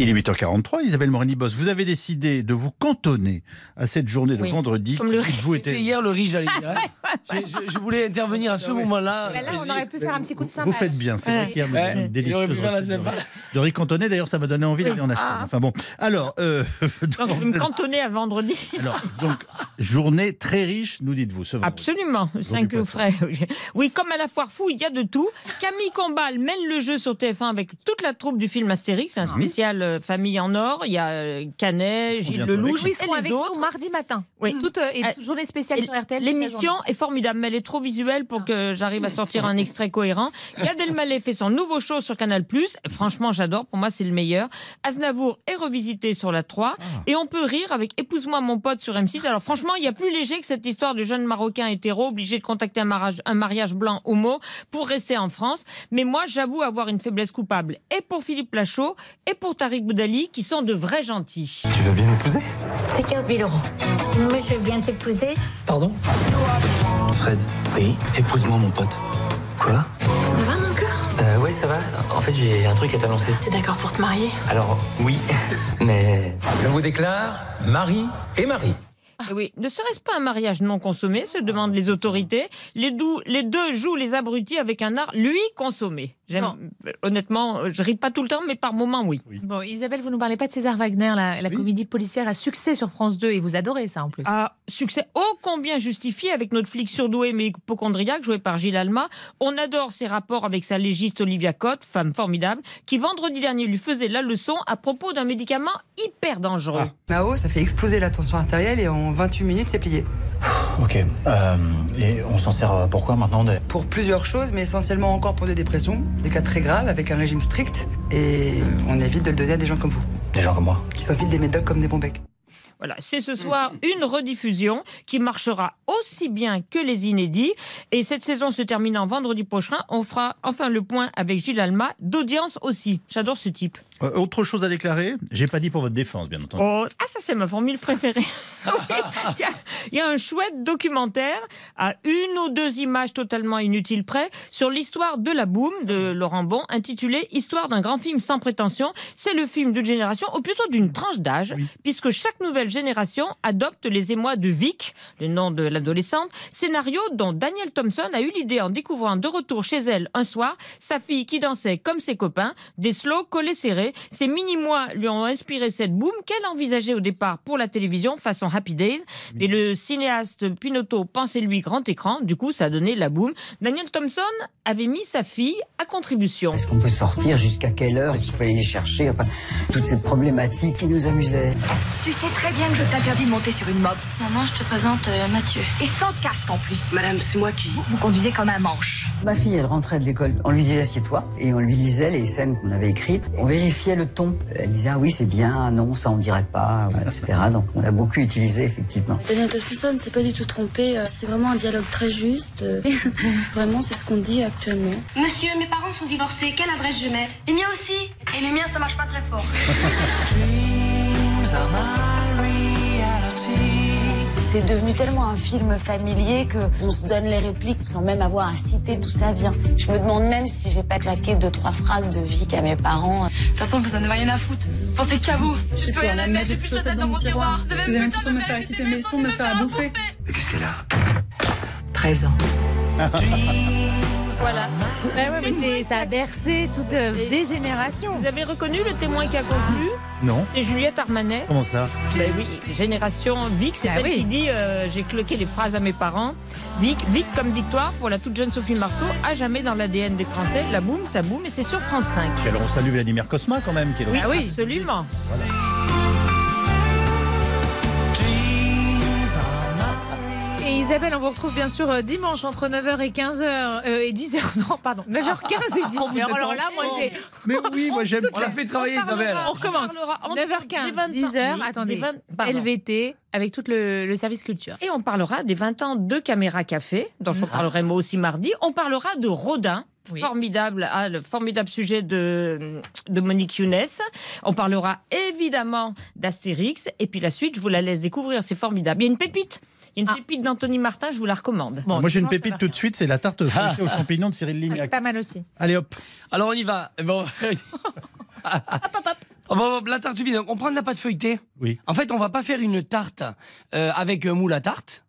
Il est 8h43, Isabelle Morini-Boss, vous avez décidé de vous cantonner à cette journée de Oui. vendredi. Comme le qui vous était- C'était hier le riz, j'allais dire. Je, je- je voulais intervenir à ce moment-là. Mais Eh Ben là, on aurait pu faire un petit coup de Vous cymbale. faites bien, c'est vrai Ouais. qu'il y a Ouais. une Il aurait pu délicieuse faire la recette de sympa. riz- hein. de riz cantonné. D'ailleurs, ça m'a donné envie d'aller en acheter. Enfin bon, alors, euh, Donc, donc, je me cantonnais à vendredi. alors, donc, journée très riche, nous dites-vous. Ah. ce vendredi. Absolument, cinq poisson. œufs frais. Oui, comme à la foire fou, il y a de tout. Camille Combal mène le jeu sur TF1 avec toute la troupe du film Astérix, un spécial euh, Famille en Or. Il y a euh, Ils Canet, sont Gilles bientôt Oui, Lelouch Ah ils seront et les avec autres. nous mardi matin. Oui. Toute, euh, et Ah, toute journée spéciale et sur RTL. L'émission est formidable, mais elle est trop visuelle pour que j'arrive à sortir un extrait cohérent. Gad Elmaleh fait son nouveau show sur Canal+. Franchement, j'adore. Pour moi, c'est le meilleur. Aznavour est revisité sur la 3. Et on peut rire avec Épouse-moi mon pote sur M6. Alors franchement, il y a plus léger que cette histoire de jeune Marocain hétéro obligé de contacter un mariage, un mariage blanc homo pour rester en France. Mais moi, j'avoue avoir une faiblesse coupable. Et pour Philippe Lachaud, et pour Tariq Boudali, qui sont de vrais gentils. Tu veux bien m'épouser C'est 15 000 euros. Moi, je veux bien t'épouser. Pardon Fred. Oui, épouse-moi mon pote. Quoi Ça va, mon cœur Euh ouais ça va. En fait j'ai un truc à t'annoncer. T'es d'accord pour te marier Alors oui, mais. Je vous déclare Marie et Marie. Eh oui, ne serait-ce pas un mariage non consommé, se demandent les autorités. Les, dou- les deux jouent les abrutis avec un art, lui, consommé. J'aime- Non. euh, Honnêtement, euh, je ris pas tout le temps, mais par moments, oui. Bon, Isabelle, vous ne nous parlez pas de César Wagner, la, la Oui. comédie policière à succès sur France 2, et vous adorez ça en plus. À succès ô combien justifié avec notre flic surdoué mais hypochondriaque, joué par Gilles Alma. On adore ses rapports avec sa légiste Olivia Cotte, femme formidable, qui vendredi dernier lui faisait la leçon à propos d'un médicament hyper dangereux. Mao, ça fait exploser la tension artérielle et en 28 minutes, c'est plié. Ok. Euh, et on s'en sert euh, pourquoi maintenant de- Pour plusieurs choses, mais essentiellement encore pour des dépressions, des cas très graves avec un régime strict. Et on évite de le donner à des gens comme vous, des gens comme moi qui s'enfilent des médocs comme des bons becs. Voilà, c'est ce soir une rediffusion qui marchera aussi bien que les inédits. Et cette saison se terminant vendredi prochain, on fera enfin le point avec Gilles Alma, d'audience aussi. J'adore ce type. Euh, autre chose à déclarer J'ai pas dit pour votre défense, bien entendu. Oh, ah, ça, c'est ma formule préférée. Oui, Il y a- il y, a un chouette documentaire à une ou deux images totalement inutiles près sur l'histoire de la boom de Laurent Bon, intitulé Histoire d'un grand film sans prétention. C'est le film d'une génération, ou plutôt d'une tranche d'âge, puisque chaque nouvelle génération adopte les émois de Vic, le nom de l'adolescente, scénario dont Daniel Thompson a eu l'idée en découvrant de retour chez elle un soir sa fille qui dansait comme ses copains, des slow collés serrés. Ses mini-mois lui ont inspiré cette boom qu'elle envisageait au départ pour la télévision façon Happy Days. Mais le cinéaste Pinotto pensait lui grand écran, du coup ça a donné la boom. Daniel Thompson avait mis sa fille à contribution. Est-ce qu'on peut sortir Jusqu'à quelle heure Est-ce qu'il fallait les chercher Enfin, toutes ces problématiques qui nous amusaient. Tu sais très bien que je t'interdis de monter sur une mob. Maman, je te présente euh, Mathieu. Et sans casque en plus. Madame, c'est moi qui. Vous conduisez comme un manche. Ma fille, elle rentrait de l'école. On lui disait assieds-toi et on lui lisait les scènes qu'on avait écrites. On vérifiait le ton. Elle disait ah oui, c'est bien, ah non, ça on dirait pas, etc. Donc on l'a beaucoup utilisé, effectivement. Daniel Thompson s'est pas du tout trompé. euh, C'est vraiment un dialogue très juste. euh, vraiment, c'est ce qu'on dit actuellement. Monsieur, mes parents sont divorcés. Quelle adresse je mets Les miens aussi. Et les miens, ça marche pas très fort. C'est devenu tellement un film familier que on se donne les répliques sans même avoir à citer d'où ça vient. Je me demande même si j'ai pas claqué deux trois phrases de Vic à mes parents. De toute façon, vous en avez rien à foutre. Pensez qu'à vous. Je, peux rien admettre, j'ai plus de chaussettes dans mon tiroir. Vous allez plutôt me faire réciter mes sons, me faire à bouffer. Qu'est-ce qu'elle a 13 ans. Ben Ouais, ouais, mais c'est- ça a bercé toutes euh, des générations. Vous avez reconnu le témoin qui a conclu Non C'est Juliette Armanet. Comment ça Ben oui, Génération Vic, c'est Ah elle oui. qui dit euh, J'ai cloqué les phrases à mes parents. Vic, Vic comme victoire pour la toute jeune Sophie Marceau, à jamais dans l'ADN des Français. La boum, ça boum, et c'est sur France 5. Alors, on salue Vladimir Cosma quand même, qui est là. Ah oui. Absolument. Et Isabelle, on vous retrouve bien sûr euh, dimanche entre 9h et 15h. euh, et 10h, non, pardon. 9h15 et 10h. Alors là, moi j'ai. Mais oui, moi j'aime. On l'a fait travailler, Isabelle. On recommence. parlera entre- des 9h15, 20, 10h. oui, Attendez. des 20, pardon. LVT avec tout le, le service culture. Et on parlera des 20 ans de Caméra Café, dont je parlerai moi aussi mardi. On parlera de Rodin. Oui. Formidable, ah, le formidable sujet de, de Monique Younes. On parlera évidemment d'Astérix. Et puis la suite, je vous la laisse découvrir. C'est formidable. Il y a une pépite. Il Il y a une pépite d'Anthony Martin, je vous la recommande. Bon, Ah, Moi, j'ai une pépite tout de suite, c'est la tarte feuilletée aux champignons de Cyril Ah, c'est Lignac. pas mal aussi. Allez hop. Alors on y va. Eh ben, on- Oh, bon, bon, la tarte vide. On prend de la pâte feuilletée. Oui. En fait, on va pas faire une tarte euh, avec euh, moule à tarte.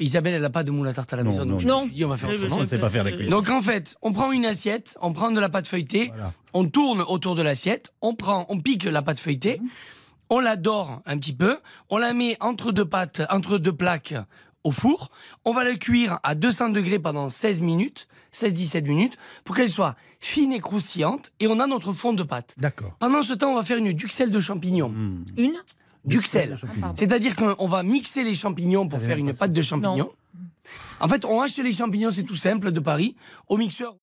Isabelle, elle n'a pas de moule à tarte à la Non, maison. non, donc je non. me suis dit, on va faire Oui, mais autrement. On ne sait pas faire la cuisine. Donc en fait, on prend une assiette, on prend de la pâte feuilletée, Voilà. on tourne autour de l'assiette, on prend, on pique la pâte feuilletée, on la dore un petit peu, on la met entre deux pâtes, entre deux plaques au four, on va la cuire à 200 degrés pendant 16 minutes, 16-17 minutes, pour qu'elle soit fine et croustillante, et on a notre fond de pâte. D'accord. Pendant ce temps, on va faire une duxelle de champignons. Une Duxelle. C'est-à-dire qu'on va mixer les champignons pour savais faire même une pas ce pâte que de champignons. Non. En fait, on hache les champignons, c'est tout simple, de Paris, au mixeur.